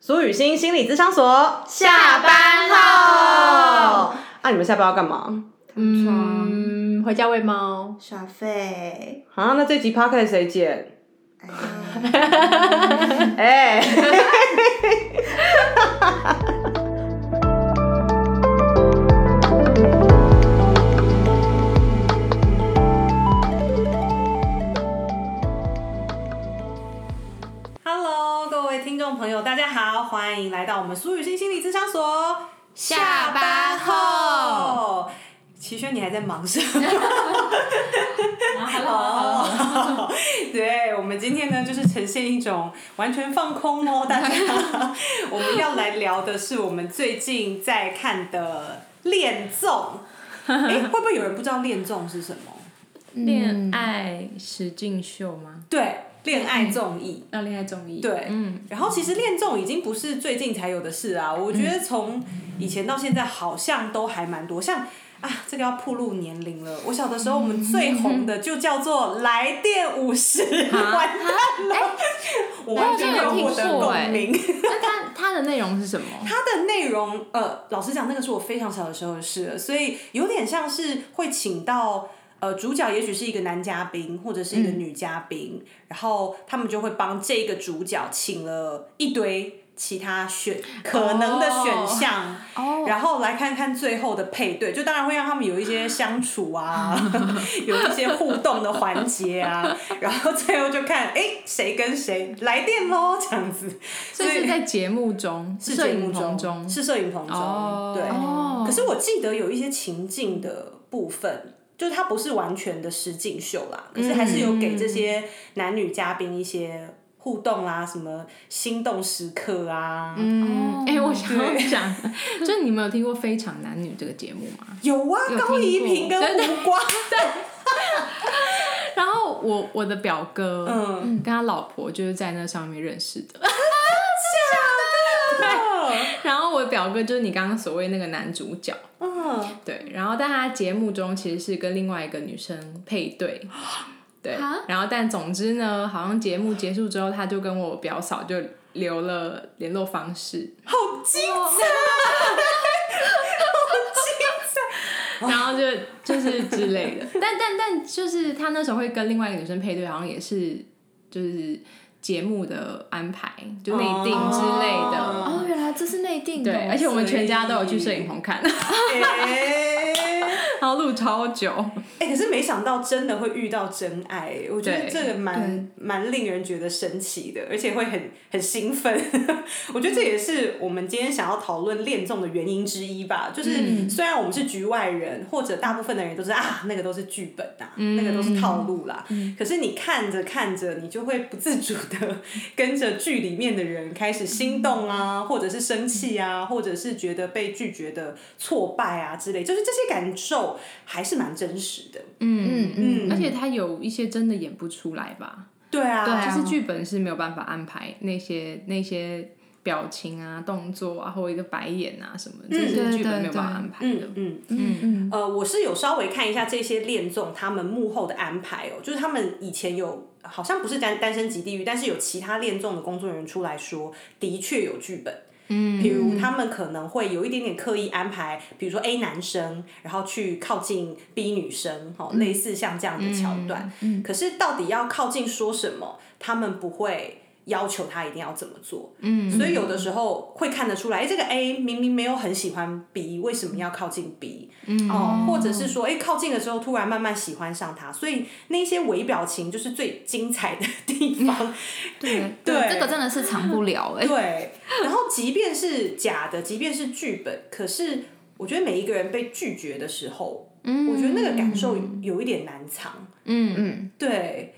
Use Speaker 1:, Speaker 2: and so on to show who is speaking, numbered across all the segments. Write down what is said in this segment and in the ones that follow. Speaker 1: 苏雨欣心理咨商所下
Speaker 2: 班后。
Speaker 1: 啊，你们下班要干嘛？
Speaker 2: 看床、
Speaker 3: 嗯，回家喂猫。
Speaker 2: 耍废，
Speaker 1: 啊，那这集 p o d c a s 谁剪？
Speaker 2: 哎
Speaker 1: 哎、
Speaker 4: Hello，各位听众朋友，大家好，欢迎来到我们苏雨欣心理咨商所。
Speaker 2: 下班后，
Speaker 4: 哦，齐轩，你还在忙什么？
Speaker 3: 哦，
Speaker 4: 对我们今天呢，就是呈现一种完全放空哦，大家。我们要来聊的是我们最近在看的《恋综》。哎，会不会有人不知道《恋综》是什么？
Speaker 3: 恋爱实境秀吗？
Speaker 4: 对，恋爱综艺。
Speaker 3: 那恋爱综艺。
Speaker 4: 对，
Speaker 3: 嗯，
Speaker 4: 然后其实恋综已经不是最近才有的事啊，我觉得从以前到现在好像都还蛮多，像啊这个要暴露年龄了。我小的时候我们最红的就叫做《来电五十》，完蛋了，哎我完全没有哎获得共鸣。
Speaker 3: 那它它的内容是什么？
Speaker 4: 它的内容，呃，老实讲，那个是我非常小的时候的事了，所以有点像是会请到。呃，主角也许是一个男嘉宾或者是一个女嘉宾，然后他们就会帮这个主角请了一堆其他选可能的选项，然后来看看最后的配对，就当然会让他们有一些相处啊， 有一些互动的环节啊，然后最后就看哎谁跟谁来电喽这样子，
Speaker 3: 这是在节目中，
Speaker 4: 是
Speaker 3: 摄
Speaker 4: 节
Speaker 3: 影
Speaker 4: 目
Speaker 3: 棚
Speaker 4: 中，是摄影棚中，
Speaker 3: 哦
Speaker 4: 对。
Speaker 3: 哦
Speaker 4: 可是我记得有一些情境的部分，就是它不是完全的实景秀
Speaker 3: 嗯
Speaker 4: 啦，可是还是有给这些男女嘉宾一些互动啦，什么心动时刻啊，
Speaker 3: 嗯，哎、我想要
Speaker 4: 对
Speaker 3: 讲，就你们有听过《非常男女》这个节目吗？
Speaker 4: 有啊，
Speaker 3: 有
Speaker 4: 高怡
Speaker 3: 听过
Speaker 4: 平跟胡瓜，
Speaker 3: 然后我我的表哥，
Speaker 4: 嗯
Speaker 3: 嗯，跟他老婆就是在那上面认识的。 然后我表哥就是你刚刚所谓那个男主角，
Speaker 4: 嗯，
Speaker 3: 对。然后但他节目中其实是跟另外一个女生配对，对
Speaker 2: 啊。
Speaker 3: 然后但总之呢，好像节目结束之后，他就跟我表嫂就留了联络 方式，
Speaker 4: 好精彩，
Speaker 3: 然后就就是之类的。但但但就是他那时候会跟另外一个女生配对，好像也是就是节目的安排，就内定之类的。
Speaker 2: 哦，原来这是内定的哦
Speaker 3: 对，而且我们全家都有去摄影棚看，哦
Speaker 4: 哎
Speaker 3: 然后录超久。
Speaker 4: 哎，可是没想到真的会遇到真爱，我觉得这
Speaker 3: 对
Speaker 4: 个蛮蛮令人觉得神奇的，而且会很很兴奋。 我觉得这也是我们今天想要讨论恋综的原因之一吧。就是虽然我们是局外人，或者大部分的人都是啊，那个都是剧本啊，那个都是套路啦。可是你看着看着，你就会不自主的 跟着剧里面的人开始心动啊，或者是生气啊，或者是觉得被拒绝的挫败啊之类，就是这些感受还是蛮真实的。
Speaker 3: 嗯
Speaker 4: 嗯
Speaker 3: 而且他有一些真的演不出来吧？
Speaker 4: 对啊，
Speaker 3: 就是剧本是没有办法安排那些那些表情啊、动作啊，或一个白眼啊什么，这是剧本没有办法安排的
Speaker 4: 嗯。嗯
Speaker 2: 嗯嗯，
Speaker 4: 呃，我是有稍微看一下这些恋综他们幕后的安排哦，就是他们以前有好像不是单单身级地狱，但是有其他恋综的工作人员出来说，的确有剧本。嗯，比如他们可能会有一点点刻意安排，比如说 A 男生，然后去靠近 B 女生，哦，类似像这样的桥段。嗯，可是到底要靠近说什么，他们不会要求他一定要怎么做。嗯，所以有的时候会看得出来，哎，这个 A 明明没有很喜欢 B，为什么要靠近 B？哦，
Speaker 2: 嗯
Speaker 4: 或者是说，哎、靠近的时候突然慢慢喜欢上他，所以那些微表情就是最精彩的地方。
Speaker 2: 对
Speaker 4: 对
Speaker 2: 这个真的是藏不了哎。
Speaker 4: 对，然后即便是假的，即便是剧本，可是我觉得每一个人被拒绝的时候，我觉得那个感受有一点难藏。
Speaker 3: 嗯
Speaker 2: 嗯，
Speaker 4: 对，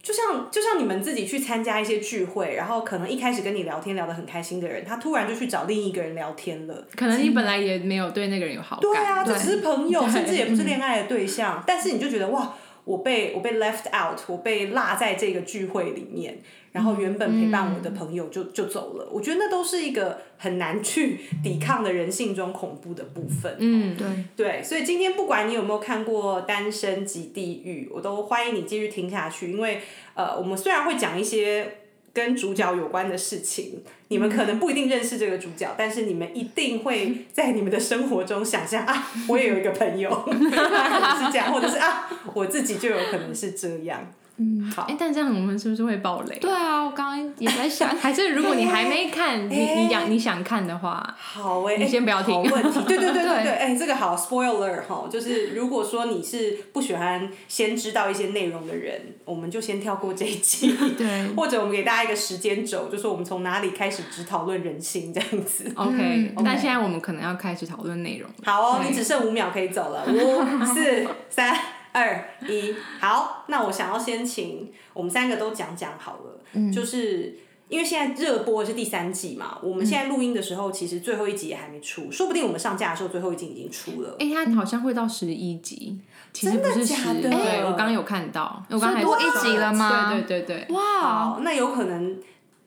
Speaker 4: 就像就像你们自己去参加一些聚会，然后可能一开始跟你聊天聊得很开心的人，他突然就去找另一个人聊天了。
Speaker 3: 可能你本来也没有对那个人有好感。
Speaker 4: 对啊，
Speaker 2: 对
Speaker 4: 只是朋友，
Speaker 3: 对嗯
Speaker 4: 甚至也不是恋爱的对象，但是你就觉得哇，我被我被 left out，我被落在这个聚会里面，然后原本陪伴我的朋友
Speaker 3: 嗯
Speaker 4: 就、就走了。我觉得那都是一个很难去抵抗的人性中恐怖的部分。
Speaker 3: 嗯，
Speaker 2: 对，
Speaker 4: 对，所以今天不管你有没有看过《单身即地狱》，我都欢迎你继续听下去，因为呃，我们虽然会讲一些跟主角有关的事情，你们可能不一定认识这个主角，但是你们一定会在你们的生活中想象啊，我也有一个朋友， 他可能是这样，或者是啊，我自己就有可能是这样。嗯，好
Speaker 3: 哎、，但这样我们是不是会爆雷？，
Speaker 2: 对啊，我刚刚也在想
Speaker 3: 还是如果你还没看，你你想你想看的话，
Speaker 4: 好哎、欸，
Speaker 3: 你先不要听
Speaker 4: 好问 题，对对对对对，
Speaker 2: 对
Speaker 4: 哎、这个好 spoiler 哈，就是如果说你是不喜欢先知道一些内容的人，我们就先跳过这一 集。
Speaker 2: 对
Speaker 4: 或者我们给大家一个时间轴，就是我们从哪里开始只讨论人性这样子。
Speaker 3: OK，但现在我们可能要开始讨论内容了。
Speaker 4: 好哦，你只剩五秒可以走了，五、四、三、二、一。好，那我想要先请我们三个都讲讲好了，就是因为现在热播的是第三季嘛，我们现在录音的时候，其实最后一集也还没出，说不定我们上架的时候最后一集已经出了。
Speaker 3: 哎、它好像会到十一集，其实
Speaker 4: 真的
Speaker 3: 不是十
Speaker 4: 假，的
Speaker 3: 对我刚刚有看到，我刚才
Speaker 2: 多一集了吗
Speaker 3: 对对对对，
Speaker 2: 哇，
Speaker 4: 好，那有可能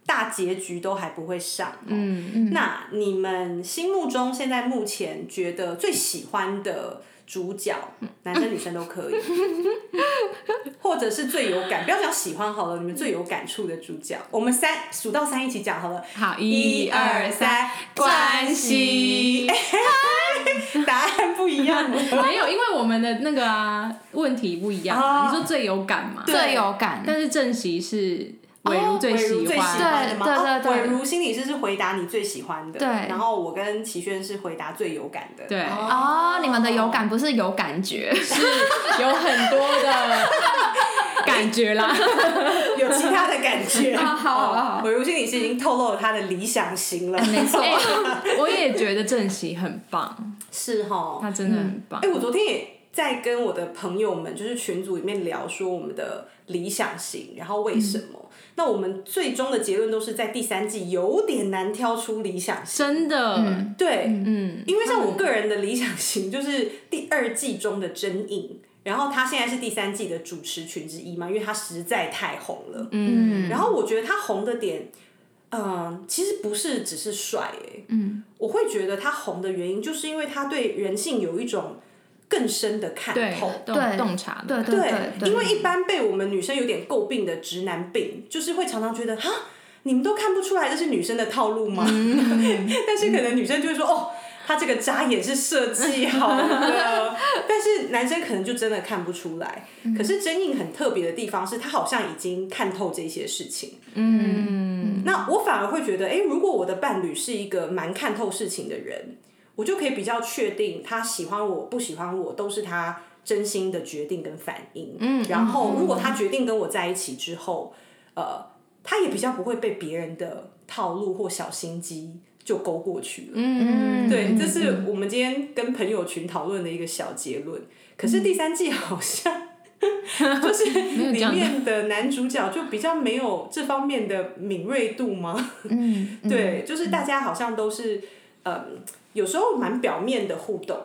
Speaker 4: 大结局都还不会上、嗯
Speaker 3: 嗯，
Speaker 4: 那你们心目中现在目前觉得最喜欢的主角，
Speaker 3: 嗯
Speaker 4: 男生女生都 可以，或者是最有感，不要讲喜欢好了，你们最有感触的主角，我们三数到三一起讲好了。
Speaker 3: 好，一二三，
Speaker 4: 三，关系， 答案不一样了。
Speaker 3: 没有，因为我们的那个啊问题不一样嘛，
Speaker 4: 哦
Speaker 3: 你说最有感嘛，
Speaker 2: 最有感，
Speaker 3: 但是正席是伟如最
Speaker 4: 伟如
Speaker 3: 喜
Speaker 4: 最喜
Speaker 3: 欢，
Speaker 4: 欢的吗？
Speaker 2: 对对
Speaker 4: 哦
Speaker 2: 对
Speaker 4: 伟如心理师是回答你最喜欢的，
Speaker 2: 对
Speaker 4: 然后我跟齐轩是回答最有感的，
Speaker 3: 对
Speaker 2: 哦，你们的有感不是有感觉，
Speaker 3: 是有很多的感觉啦。
Speaker 4: 有其他的感 觉。
Speaker 2: 好好好嗯
Speaker 4: 哦伟如心理师已经透露了他的理想型了，
Speaker 2: 没错，
Speaker 3: 哎我也觉得正席很棒，
Speaker 4: 是哈。
Speaker 3: 他真的很棒
Speaker 4: 哎、。我昨天也在跟我的朋友们，就是群组里面聊说我们的理想型，然后为
Speaker 2: 嗯
Speaker 4: 什么？那我们最终的结论都是在第三季有点难挑出理想型，
Speaker 3: 真的，
Speaker 4: 对，
Speaker 3: 嗯，
Speaker 4: 因为像我个人的理想型就是第二季中的真映，然后她现在是第三季的主持群之一嘛，因为她实在太红了。
Speaker 2: 嗯，
Speaker 4: 然后我觉得她红的点，嗯、其实不是只是帅、欸，
Speaker 2: 嗯，
Speaker 4: 我会觉得她红的原因就是因为她对人性有一种更深的看
Speaker 3: 对
Speaker 4: 透。，
Speaker 2: 对
Speaker 3: 洞洞察的
Speaker 2: 对
Speaker 3: 感觉，
Speaker 2: 对对，
Speaker 4: 因为一般被我们女生有点诟病的直男病，就是会常常觉得哈，你们都看不出来这是女生的套路吗？
Speaker 2: 嗯
Speaker 4: 但是可能女生就会说哦。他这个眨眼是设计好 的，但是男生可能就真的看不出来。
Speaker 2: 嗯
Speaker 4: 可是真映很特别的地方是，他好像已经看透这些事情。
Speaker 3: 嗯，
Speaker 4: 那我反而会觉得，诶，如果我的伴侣是一个蛮看透事情的人，我就可以比较确定他喜欢我不喜欢我都是他真心的决定跟反应。嗯，然后如果他决定跟我在一起之后，呃，他也比较不会被别人的套路或小心机就勾过去了。
Speaker 2: 嗯，
Speaker 4: 对，这是我们今天跟朋友群讨论的一个小结论。可是第三季好像就是
Speaker 3: 嗯 有
Speaker 4: 里
Speaker 3: 这样的
Speaker 4: 面的男主角就比较没有这方面的敏锐度吗？
Speaker 2: 嗯，嗯，
Speaker 4: 对，就是大家好像都是呃，有时候蛮表面的互动。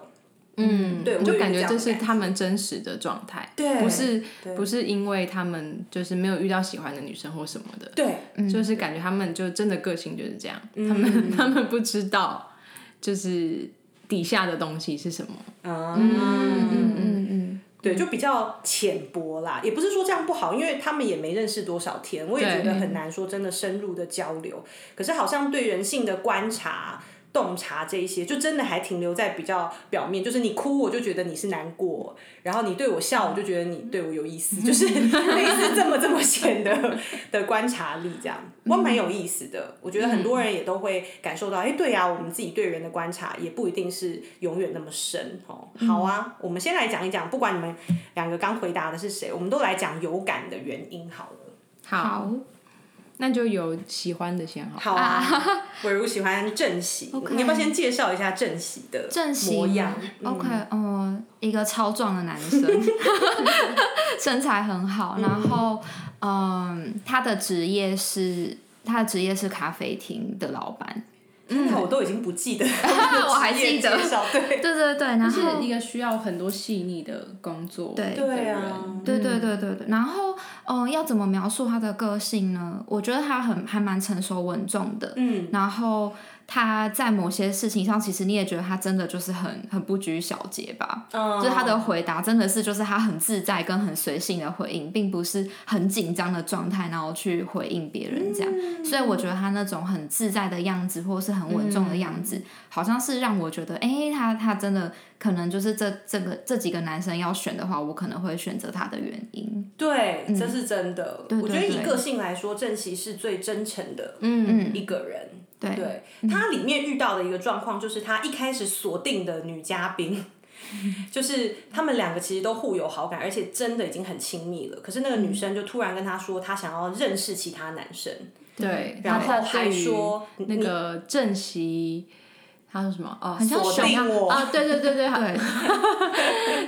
Speaker 4: 嗯，对，我
Speaker 3: 就
Speaker 4: 有
Speaker 3: 感觉
Speaker 4: 样
Speaker 3: 这
Speaker 4: 的
Speaker 3: 是他们真实的状态，
Speaker 4: 对
Speaker 3: 不是
Speaker 4: 对
Speaker 3: 不是因为他们就是没有遇到喜欢的女生或什么的，
Speaker 4: 对，
Speaker 3: 就是感觉他们就真的个性就是这样，他们 他们不知道就是底下的东西是什么，
Speaker 4: 啊，
Speaker 2: 嗯嗯嗯，
Speaker 4: 对，就比较浅薄啦，也不是说这样不好，因为他们也没认识多少天，我也觉
Speaker 3: 对
Speaker 4: 得很难说真的深入的交流。可是好像对人性的观察、洞察这一些，就真的还停留在比较表面，就是你哭我就觉得你是难过，然后你对我笑我就觉得你对我有意思，就是 类似这么这么浅的的观察力，这样我蛮有意思的。我觉得很多人也都会感受到，
Speaker 2: 嗯
Speaker 4: 哎、对啊，我们自己对人的观察也不一定是永远那么深哦。
Speaker 2: 嗯
Speaker 4: 好啊，我们先来讲一讲，不管你们两个刚回答的是谁，我们都来讲有感的原因好了。
Speaker 3: 好，那就有喜欢的先好了，
Speaker 4: 好啊，伟如喜欢正喜
Speaker 2: OK
Speaker 4: 你要不要先介绍一下正喜的
Speaker 2: 正型
Speaker 4: 模样？嗯
Speaker 2: OK，嗯，一个超壮的 男生，身材很好，
Speaker 4: 嗯
Speaker 2: 然后嗯，他的职业是他的职业是咖啡厅的老板，
Speaker 4: 天哪，我都已经不记得
Speaker 2: 我还记得
Speaker 4: 职业介绍对
Speaker 2: 对对对，然后
Speaker 3: 是一个需要很多细腻的工作
Speaker 2: 对
Speaker 3: 的
Speaker 4: 对啊
Speaker 3: 人
Speaker 2: 对对对对对，然后嗯、呃要怎么描述他的个性呢？我觉得他很还蛮成熟稳重的，
Speaker 4: 嗯，
Speaker 2: 然后他在某些事情上，其实你也觉得他真的就是很很不拘小节吧，
Speaker 4: 嗯
Speaker 2: 就是他的回答真的是就是他很自在跟很随性的回应，并不是很紧张的状态，然后去回应别人这样。所以我觉得他那种很自在的样子，或是很稳重的样子，好像是让我觉得，哎、他他真的可能就是这这个这几个男生要选的话，我可能会选择他的原因。
Speaker 4: 对，这是真的。
Speaker 2: 嗯对对
Speaker 4: 我觉得以
Speaker 2: 对
Speaker 4: 个性来说，郑熙是最真诚的
Speaker 2: 嗯
Speaker 4: 一个人。
Speaker 2: 对嗯
Speaker 4: 对他里面遇到的一个状况，就是他一开始锁定的女嘉 宾，就是他们两个其实都互有好感，而且真的已经很亲密了。可是那个女生就突然跟他说，她想要认识其他男生，
Speaker 3: 对，
Speaker 4: 然后
Speaker 3: 他对
Speaker 4: 还
Speaker 3: 于
Speaker 4: 说
Speaker 3: 那个正席，他说什么？哦，
Speaker 2: 很像
Speaker 3: 锁定
Speaker 4: 熊我
Speaker 3: 啊，对对对对，
Speaker 2: 对，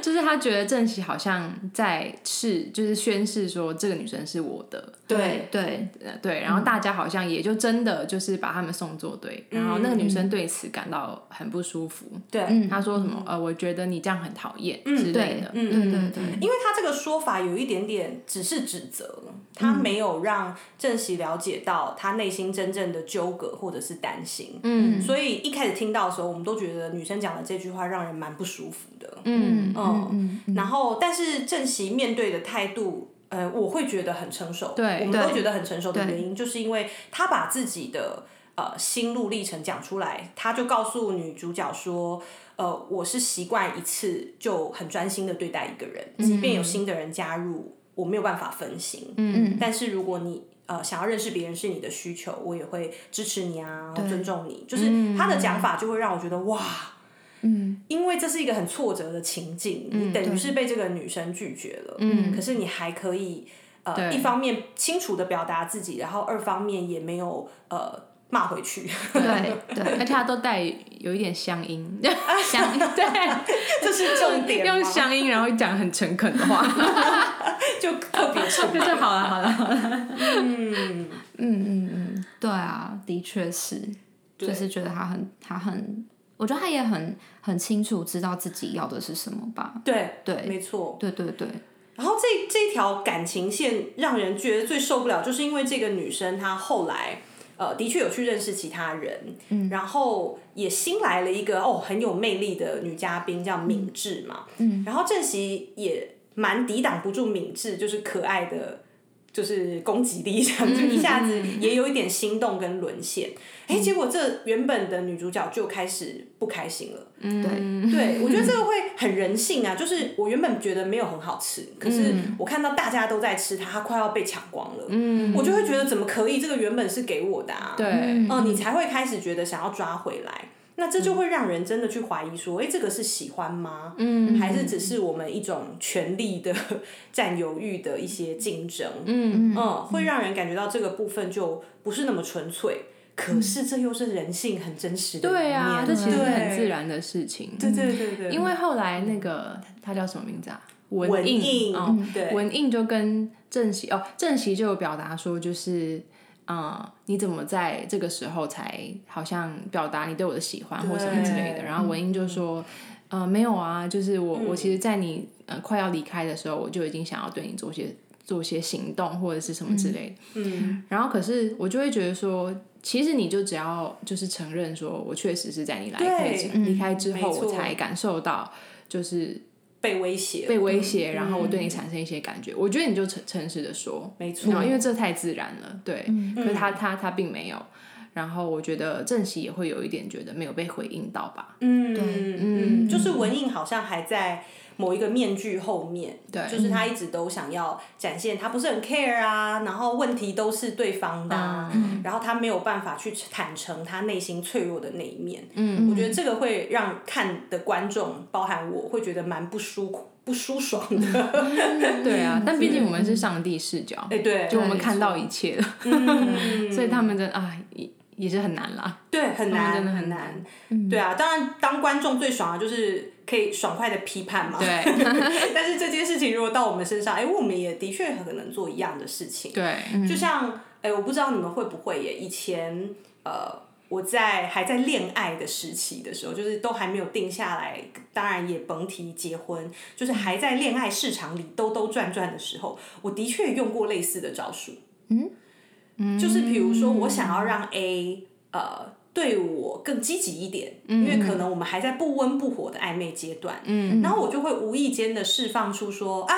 Speaker 3: 就是他觉得正熙好像在是就是宣誓说这个女生是我的，
Speaker 2: 对对
Speaker 3: 呃对，然后大家好像也就真的就是把他们送作对，然后那个女生对此感到很不舒服，
Speaker 4: 对，
Speaker 2: 嗯
Speaker 3: 她说什么呃，我觉得你这样很讨厌之类
Speaker 2: 对
Speaker 3: 的，嗯
Speaker 2: 对对嗯对，
Speaker 4: 因为他这个说法有一点点只是指责，他没有让郑熙了解到他内心真正的纠葛或者是担心。嗯，所以一开始听到的时候，我们都觉得女生讲的这句话让人蛮不舒服的。
Speaker 2: 嗯嗯嗯嗯，
Speaker 4: 哦然后，但是郑熙面对的态度。呃，我会觉得很成熟，
Speaker 3: 对
Speaker 4: 我们都
Speaker 2: 对
Speaker 4: 觉得很成熟的原因，就是因为他把自己的呃心路历程讲出来，他就告诉女主角说，呃，我是习惯一次就很专心的对待一个人，
Speaker 2: 嗯
Speaker 4: 即便有新的人加入，我没有办法分心，嗯，但是如果你呃想要认识别人是你的需求，我也会支持你啊，尊重你，就是
Speaker 2: 嗯
Speaker 4: 他的讲法就会让我觉得哇，因为这是一个很挫折的情境，你等于是被这个女生拒绝了，嗯，可是你还可以呃，一方面清楚的表达自己，然后二方面也没有呃骂回去，
Speaker 2: 对对，
Speaker 3: 而且她都带有一点乡音，
Speaker 2: 想
Speaker 3: 对，
Speaker 4: 这是重点吗，
Speaker 3: 用乡音然后讲很诚恳的 话，
Speaker 4: 就特别 重
Speaker 3: 就是好了好了好了，
Speaker 2: 嗯嗯嗯，对啊，的确是，就是觉得他很他很，我觉得他也很很清楚知道自己要的是什么吧。
Speaker 4: 对
Speaker 2: 对
Speaker 4: 没错。
Speaker 2: 对对对，
Speaker 4: 然后这这条感情线让人觉得最受不了，就是因为这个女生她后来。呃，的确有去认识其他人，嗯、然后也新来了一个哦很有魅力的女嘉宾，叫敏智嘛。嗯、然后郑熙也蛮抵挡不住敏智，就是可爱的，就是攻击力这样，就一下子也有一点心动跟沦陷。哎、结果这原本的女主角就开始不开心了。对，我觉得这个会很人性啊，就是我原本觉得没有很好吃，可是我看到大家都在吃它，它快要被抢光了，嗯，我就会觉得怎么可以？这个原本是给我的、啊，
Speaker 3: 对，，
Speaker 4: 哦、你才会开始觉得想要抓回来。那这就会让人真的去怀疑说，哎、这个是喜欢吗？嗯，还是只是我们一种权力的 占有欲的一些竞争？嗯嗯，会让人感觉到这个部分就不是那么纯粹。可是这又是人性很真实的
Speaker 3: 嗯对
Speaker 4: 一
Speaker 3: 啊，
Speaker 4: 面
Speaker 3: 这其实很
Speaker 4: 对
Speaker 3: 自然的事情，
Speaker 4: 对对对对，
Speaker 3: 因为后来那个他叫什么名字啊？
Speaker 4: 文
Speaker 3: 文
Speaker 4: 印
Speaker 3: 哦，
Speaker 4: 对
Speaker 3: 文印就跟郑熙哦，郑熙就有表达说，就是嗯，你怎么在这个时候才好像表达你对我的喜欢或什么之类的？
Speaker 4: 对嗯
Speaker 3: 然后文印就说，呃，没有啊，就是我、我其实，在你呃快要离开的时候，我就已经想要对你做些做些行动或者是什么之类的。嗯，然后可是我就会觉得说。其实你就只要就是承认说，我确实是在你来开之
Speaker 4: 对嗯
Speaker 3: 离开之后，
Speaker 4: 没错
Speaker 3: 我才感受到就是
Speaker 4: 被威胁，嗯
Speaker 3: 被威胁，然后我对你产生一些感觉，我觉得你就诚诚实的说，
Speaker 4: 嗯没错嗯
Speaker 3: 然后因为这太自然了，对。可是他他他并没有，然后我觉得郑熙也会有一点觉得没有被回应到吧，
Speaker 4: 嗯
Speaker 2: 对
Speaker 4: 嗯，就是文印好像还在某一个面具后面，
Speaker 3: 对
Speaker 4: 就是他一直都想要展现他不是很 care 啊，然后问题都是对方的、啊，然后他没有办法去坦诚他内心脆弱的那一面，嗯，我觉得这个会让看的观众，包含我会觉得蛮不舒不舒爽的，
Speaker 3: 对啊。但毕竟我们是上帝视角，
Speaker 4: 哎，嗯对，嗯
Speaker 3: 就我们看到一切 了， 所以他们真的啊也也是很难啦，
Speaker 4: 对，很难，
Speaker 3: 真的很
Speaker 4: 很难。对啊，当然，当观众最爽的啊就是可以爽快的批判嘛。
Speaker 3: 对
Speaker 4: 但是这件事情如果到我们身上，哎、我们也的确可能做一样的事情。
Speaker 3: 对，
Speaker 4: 就像，哎、我不知道你们会不会耶？以前，呃，我在还在恋爱的时期的时候，就是都还没有定下来，当然也甭提结婚，就是还在恋爱市场里兜兜转转的时候，我的确用过类似的招数。嗯，就是比如说，我想要让 A 呃对我更积极一点，因为可能我们还在不温不火的暧昧阶段。嗯，然后我就会无意间的释放出说啊。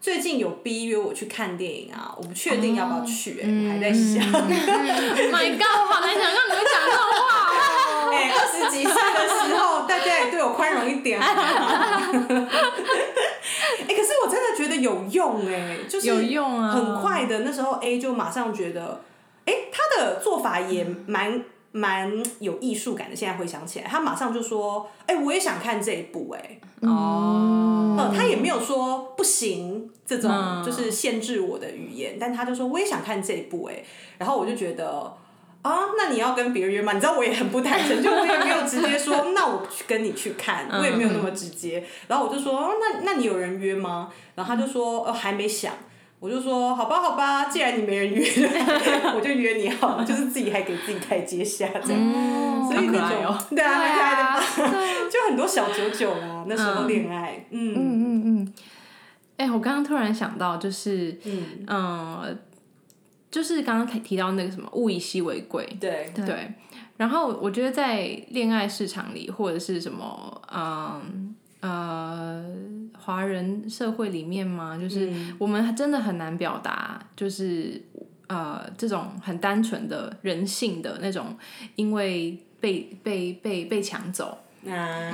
Speaker 4: 最近有 B 约我去看电影啊，我不确定要不要去、欸，
Speaker 3: 嗯
Speaker 4: 我还在想。
Speaker 3: My God，我好难想象你会讲这种话哦。
Speaker 4: 哎，二十几岁的时候，大家也对我宽容一 点好吗。哎、可是我真的觉得有用哎、就是
Speaker 3: 有用啊
Speaker 4: 很快的。那时候 A 就马上觉得，哎、他的做法也蛮蛮有艺术感的。现在回想起来，他马上就说，哎、我也想看这一部哎、
Speaker 3: 哦，
Speaker 4: 呃，他也没有说不行这种
Speaker 3: 嗯
Speaker 4: 就是限制我的语言，但他就说我也想看这一部哎、然后我就觉得。啊，那你要跟别人约吗？你知道我也很不坦诚，就我也没有直接说，那我去跟你去看，
Speaker 3: 嗯
Speaker 4: 我也没有那么直接。然后我就说，哦那那你有人约吗？然后他就说，呃，还没想。我就说，好吧，好吧，既然你没人约， 我就约你好了，就是自己还给自己台阶下这样。嗯所以那
Speaker 3: 嗯好可爱
Speaker 4: 种、
Speaker 3: 哦
Speaker 4: 对啊，蛮可爱的吧
Speaker 2: 对啊对啊
Speaker 4: 就很多小九九啦，那时候恋爱，嗯
Speaker 2: 嗯嗯嗯，
Speaker 3: 哎、我刚刚突然想到，就是
Speaker 4: 嗯，
Speaker 3: 嗯，就是刚刚提到那个什么“物以稀为贵”，
Speaker 4: 对，
Speaker 2: 对
Speaker 3: 对。然后我觉得在恋爱市场里，或者是什么，嗯呃，华人社会里面嘛，就是
Speaker 4: 嗯
Speaker 3: 我们真的很难表达，就是呃这种很单纯的人性的那种，因为被被被被抢走，
Speaker 4: 啊，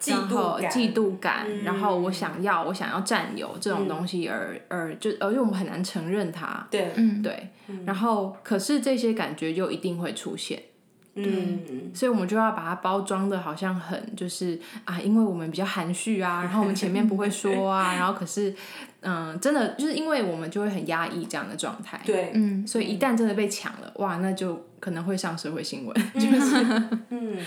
Speaker 4: 嫉
Speaker 3: 嗯然后
Speaker 4: 妒感，嗯
Speaker 3: 嫉妒感，然后我想要，我想要占有这种东西而，而就而且我们很难承认它，
Speaker 4: 对，
Speaker 3: 对，然后可是这些感觉又一定会出现，
Speaker 4: 嗯，
Speaker 3: 所以我们就要把它包装的好像很就是啊，因为我们比较含蓄啊，然后我们前面不会说啊，然后可是嗯、真的就是因为我们就会很压抑这样的状态，嗯
Speaker 4: 对，
Speaker 3: 所以一旦真的被抢了，哇，那就可能会上社会新闻，
Speaker 4: 嗯，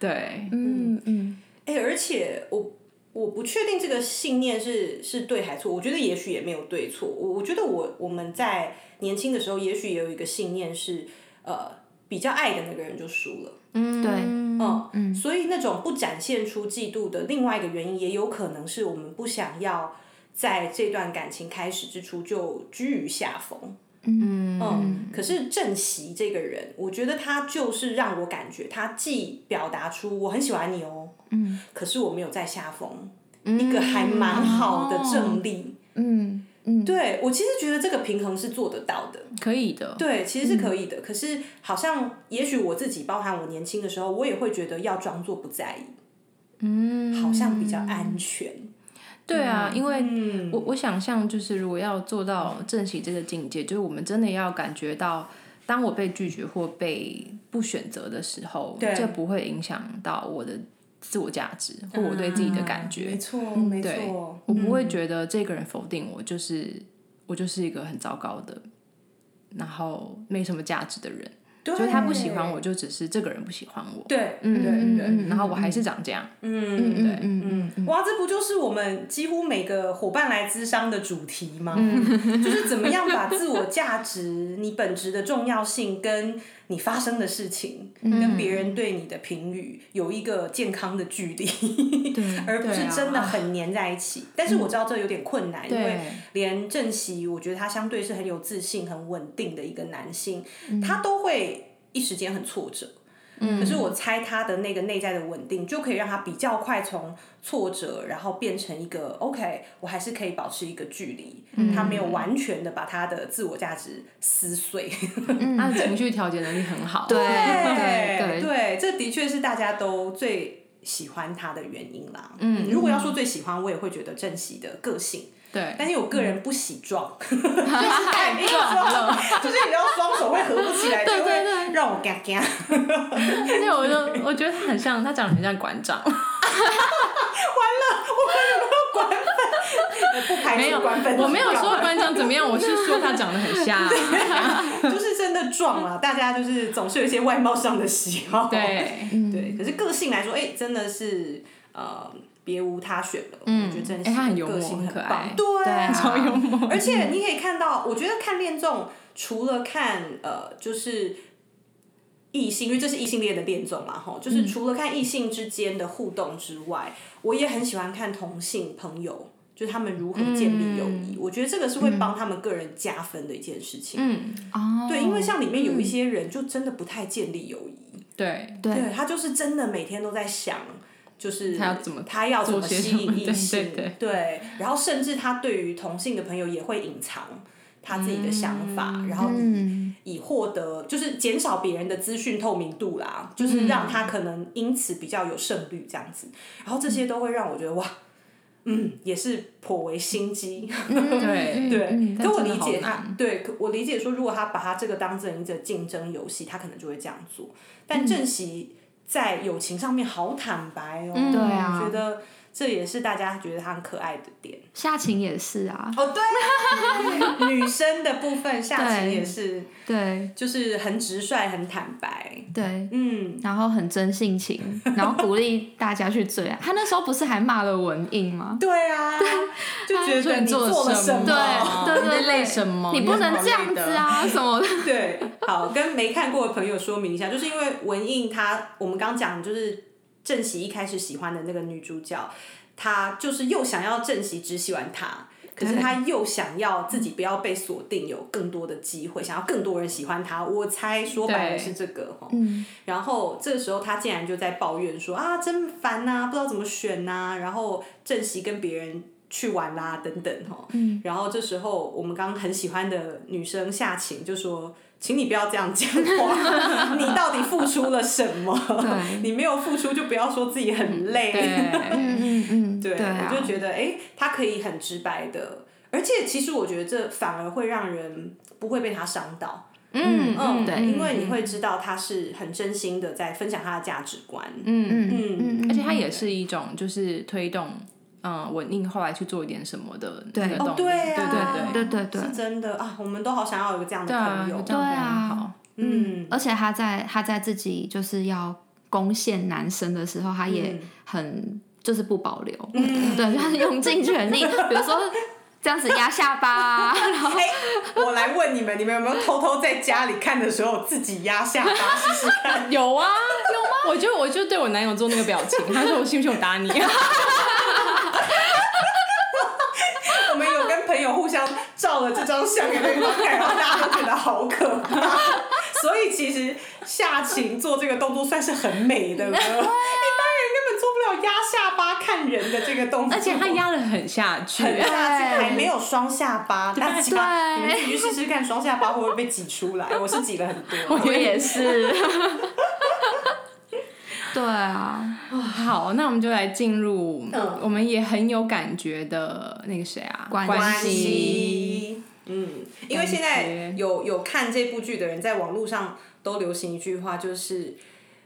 Speaker 3: 对，
Speaker 2: 嗯嗯，
Speaker 4: 哎，而且我我不确定这个信念是是对还错，我觉得也许也没有对错。我我觉得我我们在年轻的时候，也许也有一个信念是，呃，比较爱的那个人就输了。
Speaker 2: 对，
Speaker 4: 嗯嗯，所以那种不展现出嫉妒的另外一个原因，也有可能是我们不想要在这段感情开始之初就居于下风。嗯可是郑席这个人，我觉得他就是让我感觉，他既表达出我很喜欢你哦，嗯，可是我没有在下风，一个还蛮好的正例。
Speaker 2: 嗯嗯，
Speaker 4: 对我其实觉得这个平衡是做得到的，
Speaker 3: 可以的，
Speaker 4: 对，其实是
Speaker 3: 嗯
Speaker 4: 可以的。可是好像，也许我自己，包含我年轻的时候，我也会觉得要装作不在意，嗯，好像比较安全。
Speaker 3: 对啊，因为
Speaker 4: 嗯，
Speaker 3: 我我想象就是，如果要做到正席这个境界，就是我们真的要感觉到，当我被拒绝或被不选择的时候，
Speaker 4: 对
Speaker 3: 这不会影响到我的自我价值或我对自己的感觉。
Speaker 4: 错，嗯没
Speaker 3: 对，我不会觉得这个人否定我，就是我就是一个很糟糕的，然后没什么价值的人。
Speaker 4: 对
Speaker 3: 就是他不喜欢我，嗯就只是这个人不喜欢我。
Speaker 4: 对，对，对，对，
Speaker 3: 然后我还是长这样。
Speaker 4: 嗯，
Speaker 3: 对，
Speaker 4: 嗯，哇，这不就是我们几乎每个伙伴来咨商的主题吗？
Speaker 3: 嗯
Speaker 4: 就是怎么样把自我价值、你本质的重要性跟你发生的事情，
Speaker 3: 嗯
Speaker 4: 跟别人对你的评语有一个健康的距离， 而不
Speaker 3: 啊
Speaker 4: 是真的很黏在一起。但是我知道这有点困难，因为
Speaker 3: 对
Speaker 4: 连郑熙，我觉得他相对是很有自信、很稳定的一个男性，他都会一时间很挫折。可是我猜他的那个内在的稳定，就可以让他比较快从挫折，然后变成一个 OK，我还是可以保持一个距离，他没有完全的把他的自我价值撕碎。
Speaker 3: 他的情绪调节能力很 好。
Speaker 2: 对
Speaker 4: 对
Speaker 2: 对对，
Speaker 4: 对，这的确是大家都最喜欢他的原因啦。嗯，如果要说最喜欢，我也会觉得郑熙的个性，
Speaker 3: 对，嗯
Speaker 4: 但是我个人不喜 壮，
Speaker 3: 太壮了。
Speaker 4: 就是你知道双手会合不起 来，就会让我嘎嘎。
Speaker 3: 而且我就我觉得他很像，他长得很像馆长，
Speaker 4: 不排
Speaker 3: 没有，
Speaker 4: 除官粉，
Speaker 3: 我没有说馆长怎么样，我是说他长得很像。
Speaker 4: 就是真的壮啊，大家就是总是有一些外貌上的喜好。
Speaker 3: 对，
Speaker 4: 对，可是个性来说，哎、真的是呃，别无他选了。我觉得真的是、
Speaker 3: 哎他很幽默
Speaker 4: 个性
Speaker 3: 很可
Speaker 4: 棒
Speaker 3: 爱
Speaker 4: 对啊、
Speaker 3: 超幽默
Speaker 4: 而且你可以看到，我觉得看恋综除了看呃，就是。异性，因为这是异性恋的恋综嘛，吼，就是除了看异性之间的互动之外，我也很喜欢看同性朋友，就是他们如何建立友谊。我觉得这个是会帮他们个人加分的一件事情。
Speaker 3: 嗯，
Speaker 2: 哦，
Speaker 4: 对，因为像里面有一些人就真的不太建立友谊，
Speaker 3: 对，
Speaker 2: 对
Speaker 4: 对他就是真的每天都在想，就是
Speaker 3: 他要怎么
Speaker 4: 他要怎么
Speaker 3: 做些
Speaker 4: 吸
Speaker 3: 什么
Speaker 4: 引异性，
Speaker 3: 对对
Speaker 4: 然后甚至他对于同性的朋友也会隐藏他自己的想法，然后
Speaker 2: 嗯，
Speaker 4: 以获得就是减少别人的资讯透明度啦，
Speaker 3: 嗯
Speaker 4: 就是让他可能因此比较有胜率这样子，然后这些都会让我觉得哇。嗯，也是颇为心机，
Speaker 3: 对
Speaker 4: 对。
Speaker 3: 嗯但
Speaker 4: 可我
Speaker 3: 真的
Speaker 4: 理
Speaker 3: 好
Speaker 4: 解他
Speaker 3: 难，
Speaker 4: 对，可我理解说，如果他把他这个当成一个竞争游戏，他可能就会这样做。
Speaker 3: 嗯
Speaker 4: 但郑熙在友情上面好坦白哦，
Speaker 3: 嗯
Speaker 2: 对啊
Speaker 4: 我觉得这也是大家觉得他很可爱的点。
Speaker 2: 夏晴也是啊，
Speaker 4: 哦，对，女生的部分，夏晴
Speaker 2: 对
Speaker 4: 也是，
Speaker 2: 对
Speaker 4: 就是很直率，很坦白。
Speaker 2: 对，
Speaker 4: 嗯，
Speaker 2: 然后很真性情，然后鼓励大家去追啊。他那时候不是还骂了文印吗？
Speaker 4: 对啊，就觉
Speaker 3: 说
Speaker 4: 得你
Speaker 3: 你做了
Speaker 4: 了
Speaker 3: 什么
Speaker 2: 对
Speaker 4: 么
Speaker 2: 对
Speaker 3: 你
Speaker 2: 对
Speaker 3: 在
Speaker 2: 对，
Speaker 3: 累什么
Speaker 2: 你
Speaker 3: 你
Speaker 2: 不
Speaker 3: 有什
Speaker 2: 能
Speaker 3: 么
Speaker 2: 这样
Speaker 3: 累
Speaker 2: 子
Speaker 3: 的
Speaker 2: 啊，什么的。
Speaker 4: 对，好，跟没看过的朋友说明一下，就是因为文印她，我们刚讲就是郑熙一开始喜欢的那个女主角，她就是又想要郑熙只喜欢她，可是她又想要自己不要被锁定，有更多的机会，想要更多人喜欢她。我猜说白了
Speaker 3: 对
Speaker 4: 是这个哈。
Speaker 2: 嗯，
Speaker 4: 然后这时候她竟然就在抱怨说啊，真烦呐、不知道怎么选呐、然后郑熙跟别人。去玩啦、等等哈，然后这时候我们刚刚很喜欢的女生夏晴就说：“请你不要这样讲话，你到底付出了什么？
Speaker 2: 对，
Speaker 4: 你没有付出就不要说自己很累。
Speaker 3: 对，
Speaker 2: 嗯嗯嗯，对啊，
Speaker 4: 我就觉得哎、诶他可以很直白的，而且其实我觉得这反而会让人不会被他伤到，
Speaker 2: 嗯
Speaker 4: 嗯，
Speaker 2: 对，
Speaker 4: 因为你会知道他是很真心的在分享他的价值观，
Speaker 3: 嗯，
Speaker 2: 嗯，嗯
Speaker 3: 而且它也是一种就是推动，嗯，文印后来去做一点什么的
Speaker 2: 对
Speaker 3: 那个
Speaker 2: 哦
Speaker 3: 动力，
Speaker 4: 对啊
Speaker 3: 对对对
Speaker 2: 对对对
Speaker 4: 是真的啊，我们都好想要有个这样的
Speaker 3: 对啊
Speaker 4: 朋友，，
Speaker 3: 这样
Speaker 2: 对
Speaker 3: 很
Speaker 2: 啊
Speaker 3: 好，
Speaker 4: 嗯，
Speaker 2: 而且他在他在自己就是要攻陷男生的时候，他也很就是不保留，对，他用尽全力，比如说这样子压下巴啊，然后
Speaker 4: 哎、我来问你们，你们有没有偷偷在家里看的时候自己压下巴试试看？
Speaker 3: 有啊，有吗？我就我就对我男友做那个表情，他说我信不信我打你？
Speaker 4: 我们有跟朋友互相照了这张相给对方看，然后大家都觉得好可怕。所以其实夏晴做这个动作算是很美 的了，一般人根本做不了压下巴看人的这个动作，
Speaker 3: 而且他压得很下去，
Speaker 4: 很大。这还没有双下 巴，大家
Speaker 2: 对
Speaker 4: 你们自己去试试看，双下巴会不会被挤出来？ 我是挤了很多。
Speaker 2: 我也是，对啊，
Speaker 3: 好，那我们就来进入
Speaker 4: 嗯
Speaker 3: 我们也很有感觉的那个谁啊，
Speaker 2: 关
Speaker 3: 关
Speaker 4: 关系。嗯，因为现在有有看这部剧的人，在网络上都流行一句话，就是，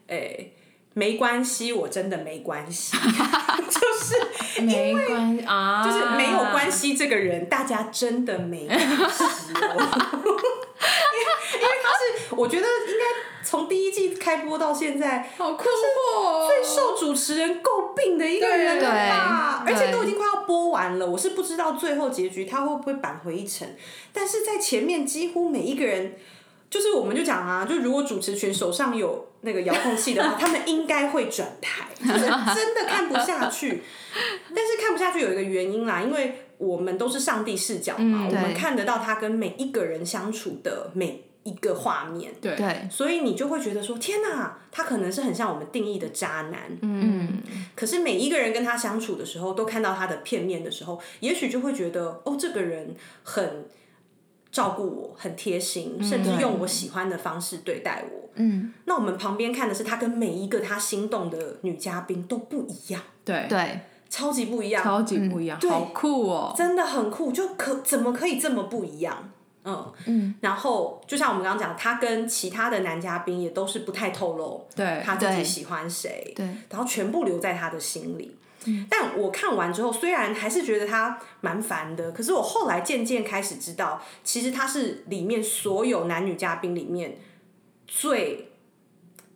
Speaker 4: 诶、没关系，我真的没关系， 就是
Speaker 3: 没关系啊，
Speaker 4: 就是没有关。系这个人，大家真的没关系哦。 因为因为他是，我觉得应该从第一季开播到现在，
Speaker 3: 好困惑哦，
Speaker 4: 最受主持人诟病的一个人了吧？
Speaker 2: 对
Speaker 4: 而
Speaker 2: 对
Speaker 4: 且都已经快要播完了，我是不知道最后结局他会不会扳回一城，但是在前面几乎每一个人。就是我们就讲啊，就如果主持群手上有那个遥控器的话，他们应该会转台，就是真的看不下 去。但是看不下去有一个原因啦，因为我们都是上帝视角嘛，我们
Speaker 2: 对
Speaker 4: 看得到他跟每一个人相处的每一个画面。对
Speaker 2: 对，
Speaker 4: 所以你就会觉得说，天哪，他可能是很像我们定义的渣男。
Speaker 2: 嗯，
Speaker 4: 可是每一个人跟他相处的时候，都看到他的片面的时候，也许就会觉得，哦，这个人很照顾我，很贴
Speaker 3: 嗯
Speaker 4: 心，甚至用我喜欢的方式对待我。
Speaker 2: 嗯，
Speaker 4: 那我们旁边看的是他跟每一个他心动的女嘉宾都不一样，
Speaker 3: 对，
Speaker 2: 对，
Speaker 4: 超级不一样，
Speaker 3: 超级不一样，好酷哦！
Speaker 4: 真的很酷，就可怎么可以这么不一样？嗯嗯，然后就像我们刚刚讲，他跟其他的男嘉宾也都是不太透露，
Speaker 3: 对
Speaker 4: 他自己
Speaker 2: 对
Speaker 4: 喜欢谁，
Speaker 2: 对，
Speaker 4: 然后全部留在他的心里。
Speaker 3: 嗯
Speaker 4: 但我看完之后，虽然还是觉得他蛮烦的，可是我后来渐渐开始知道，其实他是里面所有男女嘉宾里面最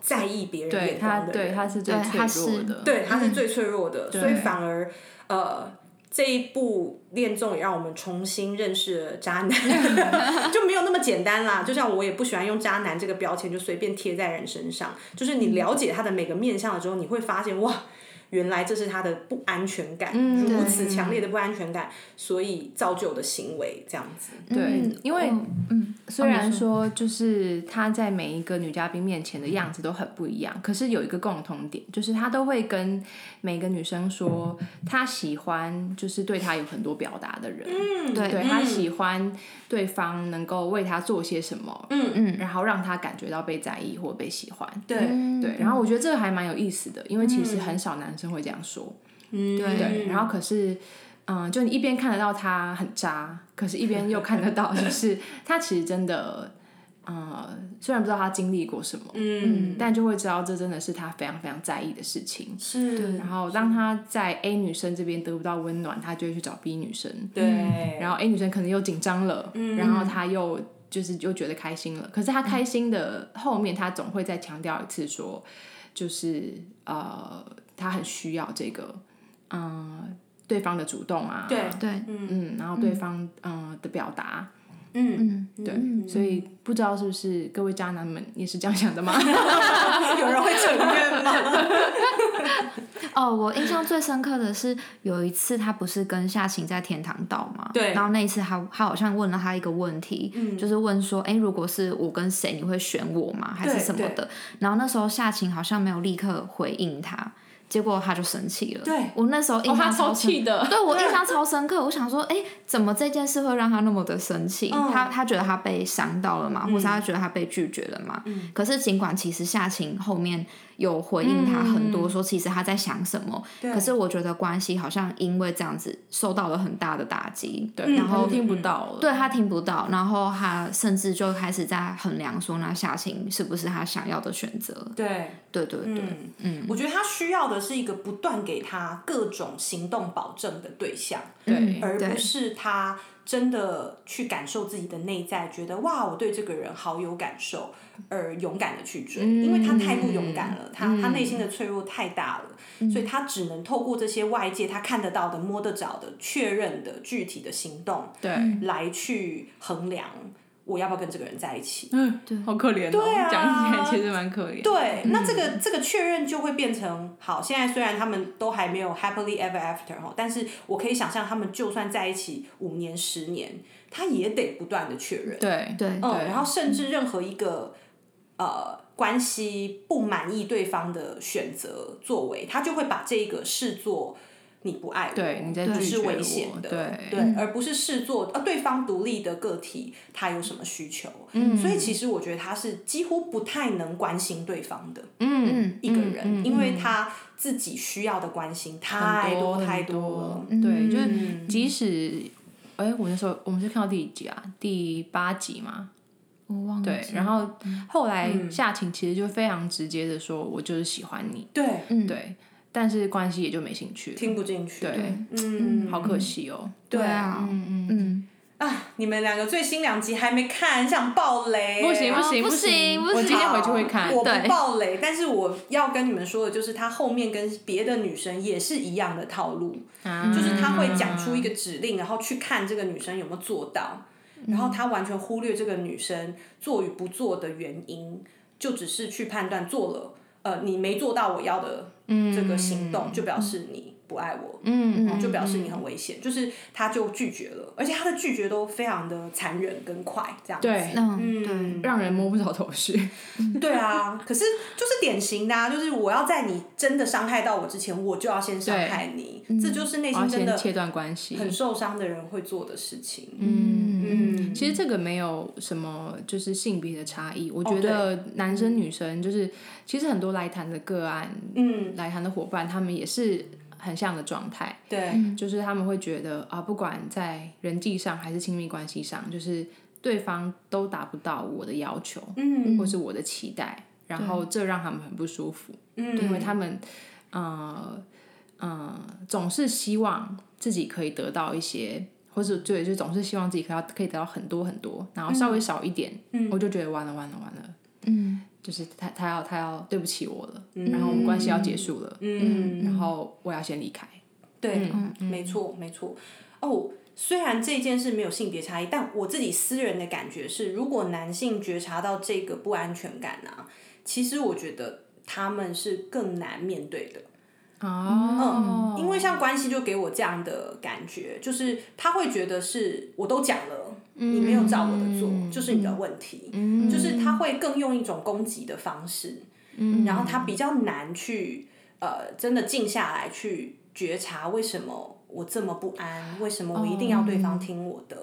Speaker 4: 在意别人
Speaker 3: 对
Speaker 4: 眼
Speaker 3: 他，
Speaker 4: 光的人，
Speaker 3: 对他是最
Speaker 2: 对
Speaker 3: 脆
Speaker 2: 他
Speaker 3: 弱
Speaker 2: 是
Speaker 3: 的，
Speaker 4: 对，他是最脆弱的，所以反而呃，这一部恋综也让我们重新认识了渣男， 就没有那么简单啦。就像我也不喜欢用渣男这个标签就随便贴在人身上，就是你了解他的每个面相了之后，你会发现哇。原来这是他的不安全感，
Speaker 3: 嗯
Speaker 4: 如此强烈的不安全感，所以造就的行为这样子。
Speaker 3: 对，因为
Speaker 2: 哦嗯，
Speaker 3: 虽然说就是她在每一个女嘉宾面前的样子都很不一样，可是有一个共同点，就是她都会跟每个女生说，她喜欢就是对她有很多表达的人，嗯，
Speaker 2: 对
Speaker 3: 对她喜欢对方能够为她做些什么，嗯嗯，然后让她感觉到被在意或被喜欢，
Speaker 4: 对
Speaker 3: 对，然后我觉得这个还蛮有意思的，因为其实很少男生会这样说，嗯
Speaker 4: 嗯
Speaker 3: 对，然后可是，嗯、就你一边看得到他很渣，可是一边又看得 到，就是他其实真的，呃，虽然不知道他经历过什么，
Speaker 4: 嗯，
Speaker 3: 但就会知道这真的是他非常非常在意的事情。
Speaker 4: 是，
Speaker 3: 然后当他在 A 女生这边得不到温暖，他就会去找 B 女生，
Speaker 4: 对，
Speaker 3: 然后 A 女生可能又紧张了，
Speaker 4: 嗯
Speaker 3: 然后她又就是又觉得开心了。可是她开心的后面，她总会再强调一次说，就是呃，她很需要这个，嗯、对方的主动啊，
Speaker 4: 对
Speaker 2: 对，
Speaker 3: 嗯，然后对方嗯、呃的表达，
Speaker 4: 嗯，
Speaker 3: 对，所以不知道是不是各位渣男们也是这样想 的吗？
Speaker 4: 有人会承认
Speaker 3: 嗯
Speaker 4: 吗？
Speaker 2: 哦，我印象最深刻的是有一次，他不是跟夏晴在天堂岛嘛？
Speaker 4: 对
Speaker 2: 然后那一次他，他好像问了他一个问题，就是问说，哎，如果是我跟谁，你会选我吗？还是什么的？然后那时候夏晴好像没有立刻回应他，结果他就生气了。
Speaker 4: 对
Speaker 2: 我那时候印
Speaker 3: 他
Speaker 2: 象
Speaker 3: 超
Speaker 2: 超深
Speaker 3: 气的，
Speaker 2: 对我印象超深刻，我想说，哎、怎么这件事会让他那么的生气？他他觉得他被伤到了嘛，或是他觉得他被拒绝了嘛？可是尽管其实夏晴后面有回应他很多，说其实他在想什么，可是我觉得关系好像因为这样子受到了很大的打击，
Speaker 3: 对，
Speaker 2: 然
Speaker 3: 嗯
Speaker 2: 后
Speaker 3: 她就听不到了，
Speaker 2: 对他听不到，然后他甚至就开始在衡量说，那夏晴是不是他想要的选择？
Speaker 4: 对，
Speaker 2: 对对对，
Speaker 4: 嗯，我觉得他需要的是一个不断给他各种行动保证的对象，
Speaker 3: 嗯对
Speaker 4: 而
Speaker 2: 对
Speaker 4: 不是他真的去感受自己的内在，觉得哇，我对这个人好有感受，而勇敢的去追，因为他太不勇敢了，他他内心的脆弱太大了，所以他只能透过这些外界他看得到的、摸得着的、确认的具体的行动，
Speaker 3: 对，
Speaker 4: 来去衡量我要不要跟这个人在一起。
Speaker 3: 嗯，好可怜、哦，对
Speaker 4: 啊
Speaker 3: 讲起来其实蛮可怜，
Speaker 4: 对，那这个、这个确认就会变成好。现在虽然他们都还没有 happily ever after 哈，但是我可以想象他们就算在一起五年、十年，他也得不断的确认。
Speaker 3: 对
Speaker 2: 对
Speaker 4: 嗯，然后甚至任何一个呃关系不满意对方的选择作为，他就会把这个视作你不爱我，
Speaker 3: 对你在
Speaker 4: 你
Speaker 3: 拒
Speaker 4: 是
Speaker 3: 绝
Speaker 4: 危
Speaker 3: 我
Speaker 4: 险的，
Speaker 3: 对
Speaker 4: 而不是视作呃对方独立的个体他有什么需求。
Speaker 3: 嗯
Speaker 4: 所以其实我觉得他是几乎不太能关心对方的
Speaker 3: 嗯
Speaker 4: 一个人，因为他自己需要的关心太多
Speaker 3: 哦很
Speaker 4: 太
Speaker 3: 多
Speaker 4: 了。嗯
Speaker 3: 对，就是即使，哎、我那时候我们是看到第几集啊？第八集嘛。
Speaker 2: 我忘记
Speaker 3: 对，然后
Speaker 4: 嗯
Speaker 3: 后来夏晴其实就非常直接的说，我就是喜欢你。
Speaker 4: 对，嗯
Speaker 3: 对，但是关系也就没兴趣了。
Speaker 4: 听不进去。
Speaker 3: 对，
Speaker 4: 嗯，
Speaker 3: 好可惜哦。
Speaker 2: 对啊，嗯嗯，
Speaker 4: 啊，你们两个最新两集还没看，想爆雷？啊
Speaker 3: 不行
Speaker 2: 哦
Speaker 3: 行
Speaker 2: 不
Speaker 3: 不
Speaker 2: 行不
Speaker 3: 我今天
Speaker 2: 行
Speaker 3: 回去会看。
Speaker 4: 我
Speaker 2: 对
Speaker 4: 不爆雷，但是我要跟你们说的就是，她后面跟别的女生也是一样的套路，就是她
Speaker 3: 嗯
Speaker 4: 会讲出一个指令，然后去看这个女生有没有做到，然后她完全忽略这个女生做与不做的原因，就只是去判断做了，呃，你没做到我要的这个行动，就表示你不爱我，嗯，就表示你很危险，就是她就拒绝了，而且她的拒绝都非常的残忍跟快，这样子。
Speaker 3: 对，
Speaker 2: 嗯对。
Speaker 3: 让人摸不着头绪。
Speaker 4: 对啊，可是就是典型的、啊，就是我要在你真的伤害到我之前，我就要先伤害你，这就是内
Speaker 3: 我要
Speaker 4: 心真
Speaker 3: 先
Speaker 4: 的
Speaker 3: 切断关系。
Speaker 4: 很受伤的人会做的事情。
Speaker 3: 嗯
Speaker 4: 嗯
Speaker 3: 其实这个没有什么就是性别的差异，我觉得男生女生就是，其实很多来谈的个案，
Speaker 4: 嗯，
Speaker 3: 来谈的伙伴，他们也是很像的状态，
Speaker 4: 对，
Speaker 3: 就是他们会觉得啊，不管在人际上还是亲密关系上，就是对方都达不到我的要求，
Speaker 4: 嗯
Speaker 3: 或是我的期待，然后这让他们很不舒服，
Speaker 4: 嗯
Speaker 3: 因为他们，呃呃，总是希望自己可以得到一些，或者对，就总是希望自己可以可以得到很多很多，然后稍微少一点，
Speaker 4: 嗯
Speaker 3: 我就觉得完了完了完了，嗯，就是他他要他要对不起我了，然后我们关系要结束了，
Speaker 4: 嗯，
Speaker 3: 然后我要先离开，
Speaker 4: 对，没错，没错。哦，虽然这件事没有性别差异，但我自己私人的感觉是，如果男性觉察到这个不安全感啊，其实我觉得他们是更难面对的。
Speaker 3: 哦，
Speaker 4: 嗯因为像关系就给我这样的感觉，就是他会觉得是我都讲了，你没有照我的做，就是你的问题，就是他会更用一种攻击的方式，然后他比较难去呃真的静下来去觉察为什么我这么不安，为什么我一定要对方听我的。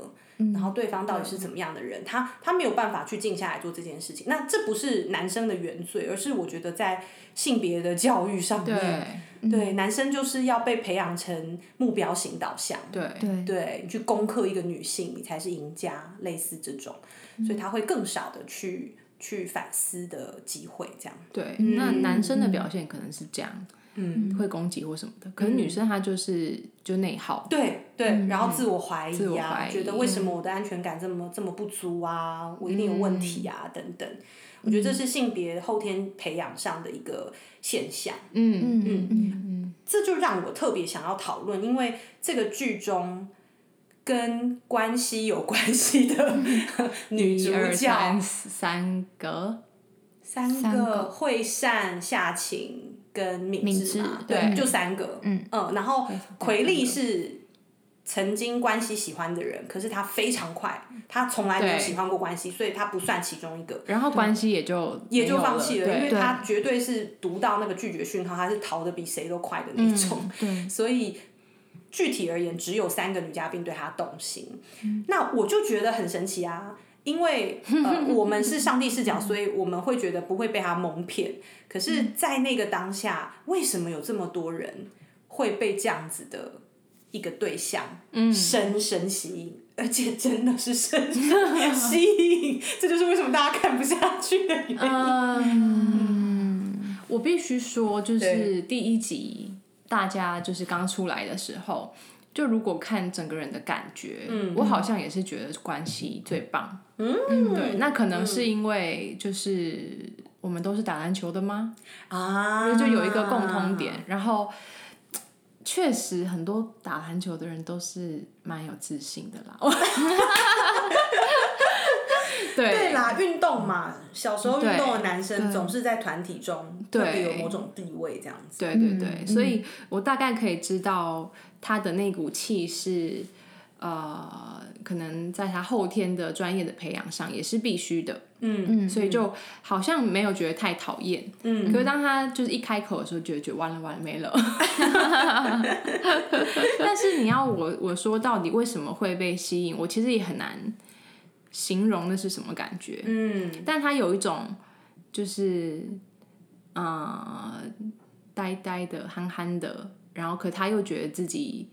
Speaker 4: 然后对方到底是怎么样的人，他他没有办法去静下来做这件事情。那这不是男生的原罪，而是我觉得在性别的教育上面，
Speaker 3: 对
Speaker 4: 对，男生就是要被培养成目标型导向，
Speaker 3: 对
Speaker 2: 对
Speaker 4: 对，你去攻克一个女性，你才是赢家，类似这种，所以他会更少的去去反思的机会，这样。
Speaker 3: 对，
Speaker 4: 嗯
Speaker 3: 那男生的表现可能是这样，嗯，会攻击或什么的，可是女生她就是就内耗，
Speaker 4: 对对，然后自我怀
Speaker 3: 嗯自
Speaker 4: 疑
Speaker 3: 我
Speaker 4: 啊
Speaker 3: 怀，疑
Speaker 4: 觉得为什么我的安全感这么这么不足啊，我一定有问题
Speaker 3: 嗯
Speaker 4: 啊，等等。我觉得这是性别后天培养上的一个现象。
Speaker 3: 嗯
Speaker 2: 嗯嗯
Speaker 4: 这就让我特别想要讨论，因为这个剧中跟关系有关系的 女主
Speaker 3: 一二
Speaker 4: 角
Speaker 3: 三，三个，
Speaker 4: 三
Speaker 2: 三
Speaker 4: 个
Speaker 2: 个
Speaker 4: 惠善、夏晴跟敏
Speaker 2: 敏
Speaker 4: 智嘛
Speaker 2: 智，
Speaker 4: 对，
Speaker 2: 对
Speaker 4: 就三个，嗯然后奎利是。曾经关系喜欢的人，可是他非常快，他从来没有
Speaker 3: 对
Speaker 4: 喜欢过关系，所以他不算其中一个。
Speaker 3: 然后关系也就
Speaker 4: 也就
Speaker 3: 没有
Speaker 4: 放弃了，因为
Speaker 3: 对，
Speaker 4: 他绝对是读到那个拒绝讯号，他是逃得比谁都快的那
Speaker 3: 嗯
Speaker 4: 一种， 所以。具体而言，只有三个女嘉宾对他动心，那我就觉得很神奇啊！因为呃，我们是上帝视角，所以我们会觉得不会被他蒙骗。可是，
Speaker 3: 嗯
Speaker 4: 在那个当下，为什么有这么多人会被这样子的一个对象
Speaker 3: 嗯
Speaker 4: 深深吸引？而且真的是深 深吸引，这就是为什么大家看不下去的原因。
Speaker 3: 我必须说，就
Speaker 4: 对
Speaker 3: 是第一集大家就是刚出来的时候，就如果看整个人的感觉，
Speaker 4: 嗯
Speaker 3: 我好像也是觉得关系最棒。嗯，对，那可能是因为就是我们都是打篮球的吗？
Speaker 4: 啊
Speaker 3: 就有一个共通点，，然后。确实，很多打篮球的人都是蛮有自信的啦。 对
Speaker 4: 对啦，运动嘛，小时候运动的男生
Speaker 2: 对
Speaker 4: 总是在团体中
Speaker 3: 对
Speaker 4: 特别有某种地位，这样子。嗯
Speaker 3: 对对对，所以我大概可以知道他的那股气是，呃，可能在他后天的专业的培养上也是必须的，
Speaker 4: 嗯
Speaker 3: 所以就好像没有觉得太讨厌。
Speaker 4: 嗯，
Speaker 3: 可是当他就是一开口的时候，觉得觉得完了完了 没了。但是你要我我说到底为什么会被吸引，我其实也很难形容那是什么感觉。
Speaker 4: 嗯，
Speaker 3: 但他有一种就是呃呆呆的、憨憨的，然后可他又觉得自己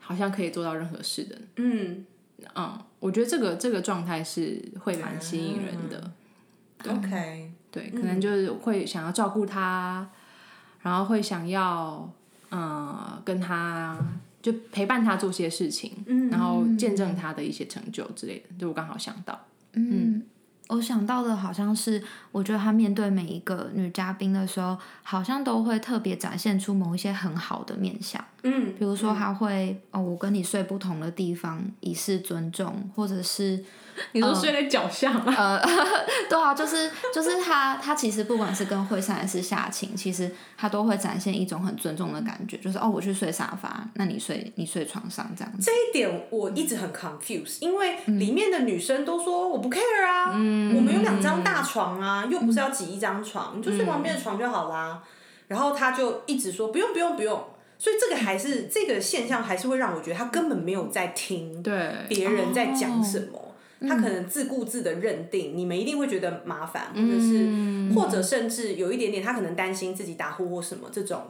Speaker 3: 好像可以做到任何事的，
Speaker 4: 嗯
Speaker 3: 嗯，我觉得这个这个状态是会蛮吸引人的，
Speaker 4: ，OK，
Speaker 3: 对，可能就是会想要照顾他，然后会想要呃跟他。就陪伴他做些事情，
Speaker 4: 嗯
Speaker 3: 然后见证他的一些成就之类的，就我刚好想到，
Speaker 2: 嗯，我想到的好像是，我觉得他面对每一个女嘉宾的时候，好像都会特别展现出某一些很好的面相。
Speaker 4: 嗯
Speaker 2: 比如说他会、哦，我跟你睡不同的地方，以示尊重，或者是
Speaker 3: 你说睡在脚下吗？
Speaker 2: 对啊，就是就是他他其实不管是跟惠善还是夏晴，其实他都会展现一种很尊重的感觉，就是哦，我去睡沙发，那你睡你睡床上这样子。
Speaker 4: 这一点我一直很 confused，因为
Speaker 3: 嗯
Speaker 4: 里面的女生都说我不 care 啊，我们有两张大床啊，
Speaker 3: 嗯
Speaker 4: 又不是要挤一张床，你就睡旁边的床就好啦。然后他就一直说不用不用不用，所以这个还是这个现象还是会让我觉得他根本没有在听，
Speaker 3: 对，
Speaker 4: 别人在讲什么。
Speaker 3: 哦
Speaker 4: 他可能自顾自的认定、你们一定会觉得麻烦，或者是、
Speaker 3: 嗯
Speaker 4: 或者甚至有一点点，他可能担心自己打呼或什么这种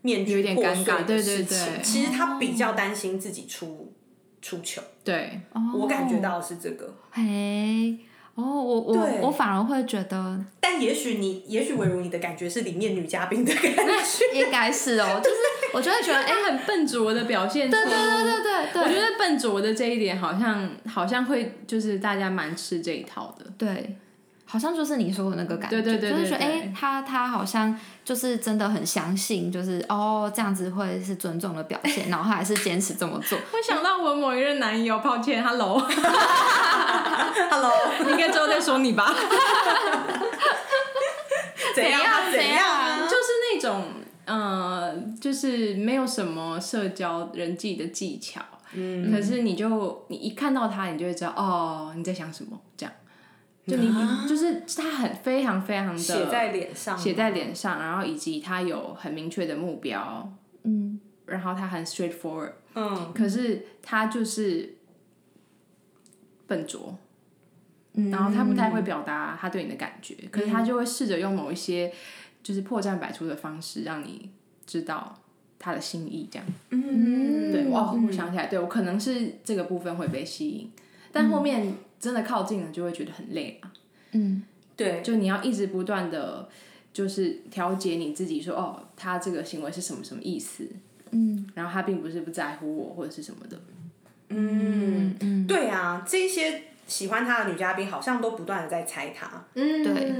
Speaker 4: 面具
Speaker 3: 有点
Speaker 4: 破
Speaker 3: 尴
Speaker 4: 碎
Speaker 3: 尬
Speaker 4: 的
Speaker 3: 对
Speaker 4: 事
Speaker 3: 对
Speaker 4: 情。
Speaker 3: 对
Speaker 4: 其实他比较担心自己出出糗，
Speaker 3: 对，
Speaker 4: 我感觉到的是这个。
Speaker 2: 嘿，哦，我
Speaker 4: 对
Speaker 2: 我我反而会觉得
Speaker 4: 但也许你，也许维如你的感觉是里面女嘉宾的感 觉。
Speaker 2: 应该是哦，就是我就会觉得哎。
Speaker 3: 他很笨拙的表现出。对
Speaker 2: 对对对
Speaker 3: 我觉
Speaker 2: 对
Speaker 3: 得笨拙的这一点好像好像会就是大家蛮吃这一套的。
Speaker 2: 对，好像就是你说的那个感觉，
Speaker 3: 对对对
Speaker 2: 就是觉得
Speaker 3: 对
Speaker 2: 哎、
Speaker 3: 对
Speaker 2: 诶他他好像就是真的很相信，就是哦这样子会是尊重的表现，然后他还是坚持这么做。
Speaker 3: 我想到我某一任男友，抱歉，Hello，
Speaker 4: Hello，
Speaker 3: 应该之后再说你吧。
Speaker 4: 怎样啊
Speaker 2: 怎样
Speaker 4: 样
Speaker 2: 怎
Speaker 4: 啊？
Speaker 3: 就是那种呃，就是没有什么社交人际的技巧，嗯，可是你就你一看到他，你就会知道哦你在想什么，这样，就你、就是他很非常非常的
Speaker 4: 写在脸上，啊
Speaker 3: 写在脸上，然后以及他有很明确的目标，
Speaker 2: 嗯，
Speaker 3: 然后他很 straightforward，
Speaker 4: 嗯，
Speaker 3: 可是他就是笨拙，
Speaker 2: 嗯
Speaker 3: 然后他不太会表达他对你的感觉，可是他就会试着用某一些就是破绽百出的方式，让你知道他的心意，这样。
Speaker 2: 嗯
Speaker 3: 对，哦，我想起来，对我可能是这个部分会被吸引，但后面真的靠近了就会觉得很累啊，
Speaker 2: 嗯
Speaker 4: 对，
Speaker 3: 就你要一直不断的。就是调节你自己说哦，他这个行为是什么什么意思？
Speaker 2: 嗯
Speaker 3: 然后他并不是不在乎我或者是什么的，
Speaker 4: 嗯，
Speaker 2: 嗯，
Speaker 4: 对啊，这些喜欢他的女嘉宾好像都不断的在猜他，
Speaker 3: 嗯
Speaker 2: 对对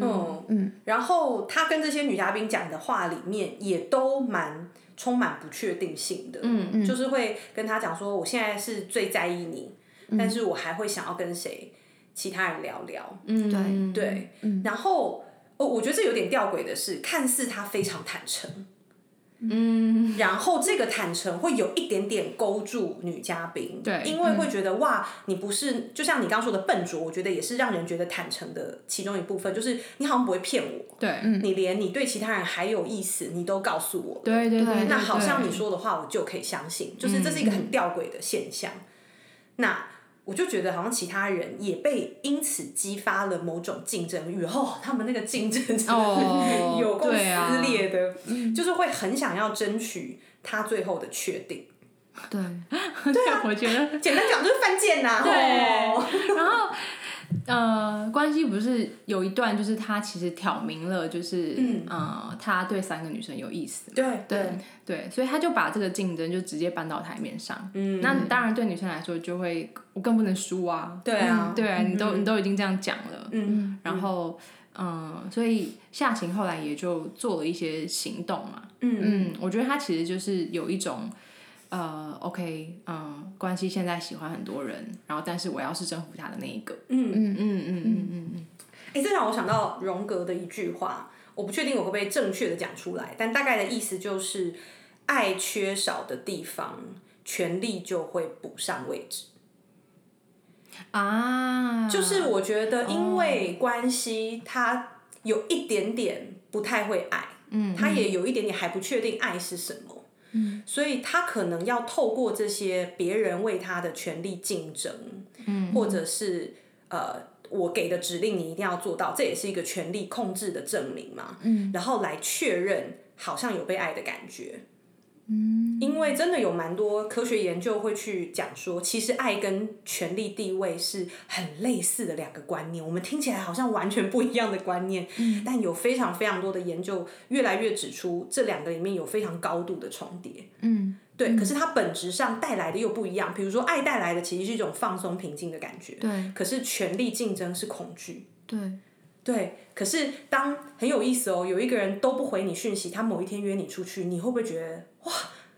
Speaker 4: 嗯
Speaker 2: 嗯，
Speaker 4: 然后他跟这些女嘉宾讲的话里面也都蛮充满不确定性的，
Speaker 3: 嗯
Speaker 2: 嗯
Speaker 4: 就是会跟他讲说，我现在是最在意你，但是我还会想要跟谁其他人聊聊，
Speaker 3: 嗯，对
Speaker 4: 对，然后哦，我觉得这有点吊诡的是，看似他非常坦诚，
Speaker 3: 嗯，
Speaker 4: 然后这个坦诚会有一点点勾住女嘉宾，
Speaker 3: 对
Speaker 4: 因为会觉得、哇，你不是就像你刚刚说的笨拙，我觉得也是让人觉得坦诚的其中一部分，就是你好像不会骗我，
Speaker 3: 对，嗯，
Speaker 4: 你连你对其他人还有意思，你都告诉我了，
Speaker 3: 对对对，
Speaker 4: 那好像
Speaker 3: 对
Speaker 4: 你，说的话，我就可以相信，就是这是一个很吊诡的现象。
Speaker 3: 嗯
Speaker 4: 那我就觉得好像其他人也被因此激发了某种竞争欲哦，他们那个竞争真的是
Speaker 3: 哦
Speaker 4: 有够
Speaker 3: 对啊嗯
Speaker 4: 撕裂的，就是会很想要争取他最后的确 定。
Speaker 2: 对，
Speaker 3: 对 啊，我觉得，
Speaker 4: 简单讲就是犯贱呐、哦，
Speaker 3: 然后呃，关系不是有一段，就是他其实挑明了，就是
Speaker 4: 嗯
Speaker 3: 呃，他对三个女生有意思嘛，
Speaker 4: 对
Speaker 2: 对
Speaker 3: 对，所以他就把这个竞争就直接搬到台面上，嗯，那当然对女生来说就会，我更不能输啊，
Speaker 4: 对啊，
Speaker 3: 对啊，你都你都已经这样讲了，
Speaker 4: 嗯，
Speaker 3: 然后。嗯，所以夏晴后来也就做了一些行动嘛。
Speaker 4: 嗯
Speaker 3: 嗯，我觉得他其实就是有一种，呃，OK，嗯、关系现在喜欢很多人，然后但是我要是征服他的那一个。
Speaker 4: 嗯
Speaker 3: 嗯嗯嗯嗯嗯嗯，
Speaker 4: 哎、这让我想到荣格的一句话，我不确定我会不会正确的讲出来，但大概的意思就是，爱缺少的地方，权力就会补上位置。
Speaker 3: 啊，
Speaker 4: 就是我觉得，因为关系，它有一点点不太会爱，嗯，他也有一点点还不确定爱是什么，嗯，所以他可能要透过这些别人为他的权利竞争，嗯，或者是呃。我给的指令你一定要做到，这也是一个权力控制的证明嘛。嗯，然后来确认好像有被爱的感觉。
Speaker 2: 嗯
Speaker 4: 因为真的有蛮多科学研究会去讲说，其实爱跟权力地位是很类似的两个观念，我们听起来好像完全不一样的观念，
Speaker 2: 嗯
Speaker 4: 但有非常非常多的研究越来越指出，这两个里面有非常高度的重叠。
Speaker 2: 嗯，
Speaker 4: 对，可是它本质上带来的又不一样。比如说，爱带来的其实是一种放松平静的感觉，
Speaker 2: 对
Speaker 4: 可是权力竞争是恐惧。
Speaker 2: 对，
Speaker 4: 对，可是当很有意思哦，有一个人都不回你讯息，他某一天约你出去，你会不会觉得哇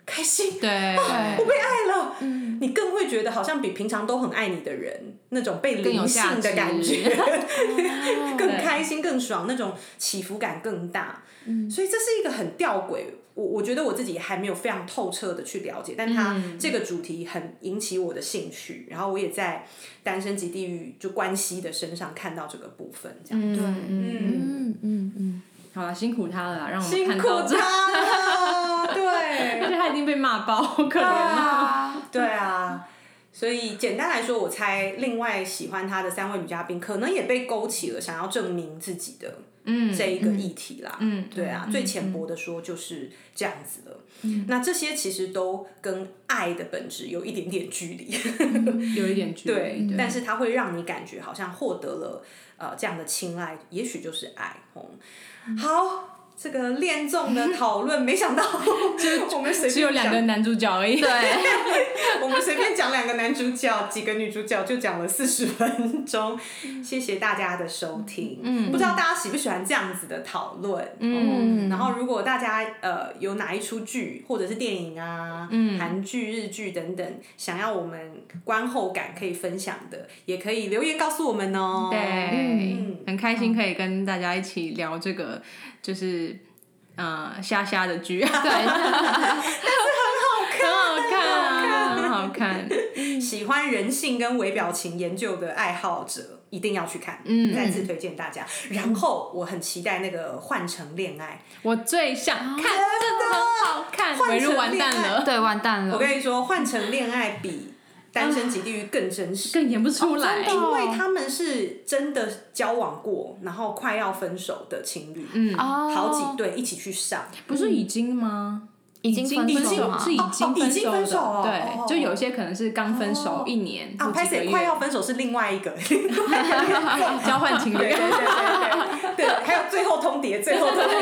Speaker 4: 开心？
Speaker 3: 对，
Speaker 4: 啊我被爱了，你更会觉得好像比平常都很爱你的人那种被
Speaker 3: 更有
Speaker 4: 灵性
Speaker 3: 价
Speaker 4: 的
Speaker 3: 值
Speaker 4: 感觉， 更开心、更爽，那种起伏感更大。所以这是一个很吊诡，我我觉得我自己还没有非常透彻的去了解，但它这个主题很引起我的兴趣，然后我也在《单身及地狱》就关系的身上看到这个部分，这样。
Speaker 3: 嗯
Speaker 2: 对
Speaker 3: 嗯，
Speaker 4: 嗯
Speaker 2: 嗯嗯嗯，
Speaker 3: 好了，辛苦他了啦，让我们
Speaker 4: 辛
Speaker 3: 看
Speaker 4: 苦
Speaker 3: 到这，
Speaker 4: 他 了，
Speaker 3: 而
Speaker 4: 啊对
Speaker 3: 且他已经被骂爆，好可怜啊。
Speaker 4: 对啊。所以简单来说，我猜另外喜欢他的三位女嘉宾，可能也被勾起了想要证明自己的
Speaker 3: 嗯
Speaker 4: 这一个议题啦。
Speaker 3: 嗯，嗯
Speaker 4: 对啊，最浅薄的说就是这样子了。那这些其实都跟爱的本质有一点点距离，
Speaker 3: 有一点距
Speaker 4: 对
Speaker 3: 离，，
Speaker 4: 但是它会让你感
Speaker 3: 嗯
Speaker 4: 觉好像获得了呃这样的青睐，也许就是爱。哦，好，这个恋综的讨论，没 想到我们随便
Speaker 3: 只有两个
Speaker 4: 讲，
Speaker 3: 男主角而已。
Speaker 2: 对，
Speaker 4: 我们随便讲两个男主角，几个女主角就讲了四十分钟。谢谢大家的收听，嗯，不知道大家喜不喜欢这样子的讨论，嗯，然后如果大家呃有哪一出剧或者是电影啊，嗯，韩剧、日剧等等，想要我们观后感可以分享的，也可以留言告诉我们哦。
Speaker 3: 对，
Speaker 4: 嗯
Speaker 3: 很开心可以跟大家一起聊这个，就是呃虾虾的 剧，对，但是很好看，啊很好看，很好看。
Speaker 4: 喜欢人性跟微表情研究的爱好者一定要去看，嗯，再次推荐大家。然后我很期待那个《换乘恋爱
Speaker 3: 我最想看，真的很好看，
Speaker 4: 换
Speaker 3: 尾
Speaker 4: 成
Speaker 3: 路完蛋
Speaker 4: 恋爱
Speaker 3: 了，
Speaker 2: 对，完蛋》，了
Speaker 4: 我。跟你说，《换乘恋爱》比《单身即地狱》更真实。
Speaker 3: 更演不出来，
Speaker 2: 真的哦
Speaker 4: 因为他们是真的交往过，然后快要分手的情侣，嗯，
Speaker 2: 哦
Speaker 4: 好几对一起去上，
Speaker 3: 不是已经吗？
Speaker 2: 已经分
Speaker 3: 已
Speaker 2: 手
Speaker 3: 经
Speaker 2: 吗
Speaker 3: 是已经
Speaker 4: 哦已经分
Speaker 3: 分
Speaker 4: 手
Speaker 3: 手
Speaker 4: 哦
Speaker 3: 的
Speaker 4: 哦
Speaker 3: 对，就有些可能是刚分手一年
Speaker 4: 啊，
Speaker 3: 或
Speaker 4: 拍
Speaker 3: 几个
Speaker 4: 谁
Speaker 3: 月，
Speaker 4: 快要分手是另外一个，
Speaker 3: 交换 情
Speaker 4: 对
Speaker 3: 侣
Speaker 4: 对。对对对，对，还有最后通牒，最后通牒，被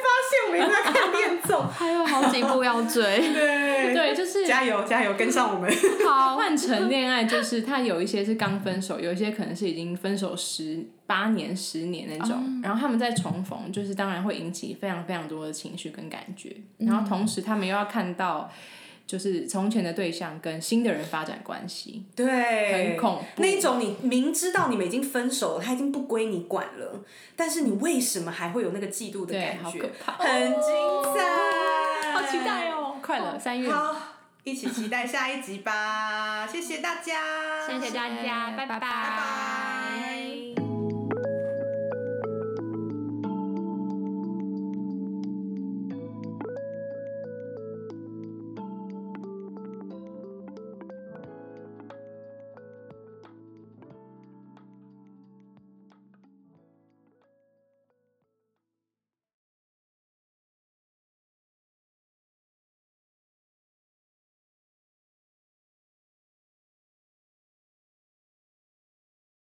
Speaker 4: 发现没在看恋综，。
Speaker 2: 还有好几部要追
Speaker 4: 对
Speaker 3: 对，就是
Speaker 4: 加油加油，跟上我们。
Speaker 2: 好，
Speaker 3: 换成恋爱，就是他有一些是刚分手，有一些可能是已经分手十八年、十年那种，然后他们再重逢，就是当然会引起非常非常多的情绪跟感觉，然后同时他们又要看到。就是从前的对象跟新的人发展关系，
Speaker 4: 对，
Speaker 3: 很恐怖
Speaker 4: 那一种你明知道你们已经分手了，他已经不归你管了，但是你为什么还会有那个嫉妒的
Speaker 3: 对
Speaker 4: 感，
Speaker 3: 好
Speaker 4: 觉？
Speaker 3: 可怕，
Speaker 4: 很精彩，
Speaker 3: 好期待哦！快了，三月，
Speaker 4: 好，一起期待下一集吧，谢谢大家，
Speaker 2: 谢谢大家，拜
Speaker 4: 拜
Speaker 2: 拜
Speaker 4: 拜。